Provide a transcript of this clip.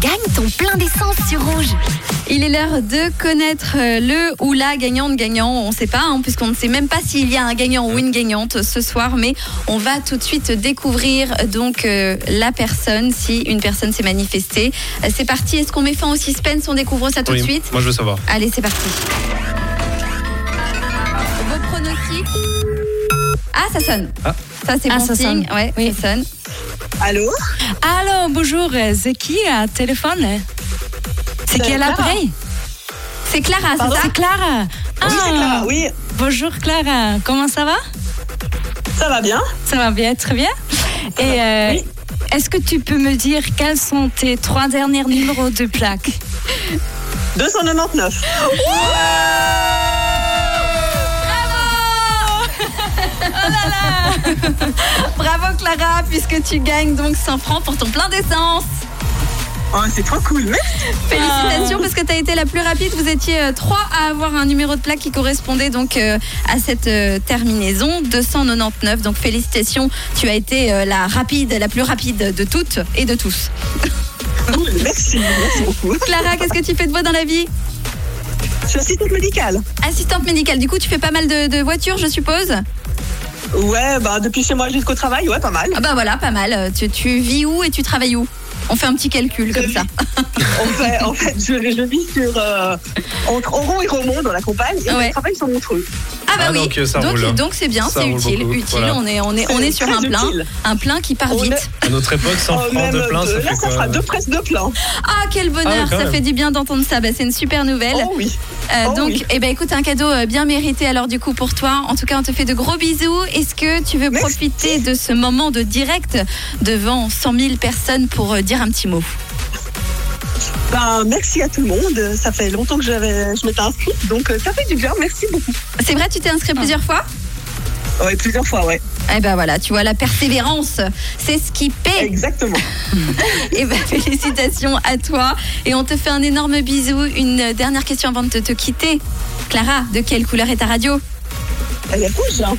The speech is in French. Gagne ton plein d'essence sur Rouge. Il est l'heure de connaître euh, le ou la gagnante gagnant. On ne sait pas, hein, puisqu'on ne sait même pas s'il y a un gagnant ou une gagnante ce soir, mais on va tout de suite découvrir euh, donc euh, la personne si une personne s'est manifestée. Euh, C'est parti. Est-ce qu'on met fin au suspense On découvre ça tout de Oui, suite. Moi, je veux savoir. Allez, c'est parti. Vos pronostics. Ah, ça sonne. Ah. Ça c'est Ah, bon ça signe. Ouais, ça sonne. Allô Allô, bonjour, c'est qui à téléphone C'est qui à Clara. l'appareil C'est Clara, c'est Pardon ça C'est Clara. Ah, Oui, c'est Clara, oui, Bonjour Clara, comment ça va ça va bien. Ça va bien, très bien. Et euh, Oui. est-ce que tu peux me dire quels sont tes trois derniers numéros de plaque 299. Oh Bravo Clara, puisque tu gagnes donc 100 francs pour ton plein d'essence. Oh, c'est trop cool, merci. Félicitations parce que tu as été la plus rapide. Vous étiez euh, trois à avoir un numéro de plaque qui correspondait donc euh, à cette euh, terminaison 299. Donc félicitations, tu as été euh, la rapide, la plus rapide de toutes et de tous. Cool, merci, merci beaucoup. Clara, qu'est-ce que tu fais de beau dans la vie Je suis assistante médicale. Assistante médicale. Du coup, tu fais pas mal de, de voitures, je suppose. Ouais, bah depuis chez moi jusqu'au travail, ouais, pas mal. Ah bah voilà, pas mal. Euh, Tu, tu vis où et tu travailles où On fait un petit calcul comme ça. En fait, en fait je, je vis sur, euh, entre Oron et Romont, dans la campagne, et Ouais. je travaille sur Montreux. Ah bah Ah, oui. donc, euh, ça roule. donc c'est bien, Ça c'est roule utile, beaucoup, utile. voilà. On est on est on est sur Très un plein, utile. un plein qui part On vite. est- À notre époque, 100 Oh, francs de même, plein, euh, ça là, fait ça fera quoi deux presses de plein. Ah quel bonheur, Ah oui, quand ça même. fait du bien d'entendre ça. Bah, c'est une super nouvelle. Oh oui. Euh, oh donc, oui. eh ben écoute, un cadeau euh, bien mérité alors du coup pour toi. En tout cas, on te fait de gros bisous. Est-ce que tu veux Merci. profiter de ce moment de direct devant 100 000 personnes pour euh, dire un petit mot Ben, merci à tout le monde. Ça fait longtemps que j'avais, je m'étais inscrite, donc euh, ça fait du bien. Merci beaucoup. C'est vrai, tu t'es Ah. inscrit plusieurs fois Ouais, plusieurs fois, ouais. Eh ben voilà, tu vois la persévérance, c'est ce qui paie. Exactement. Et ben, félicitations à toi. Et on te fait un énorme bisou. Une dernière question avant de te, te quitter. Clara, de quelle couleur est ta radio Elle est rouge, hein.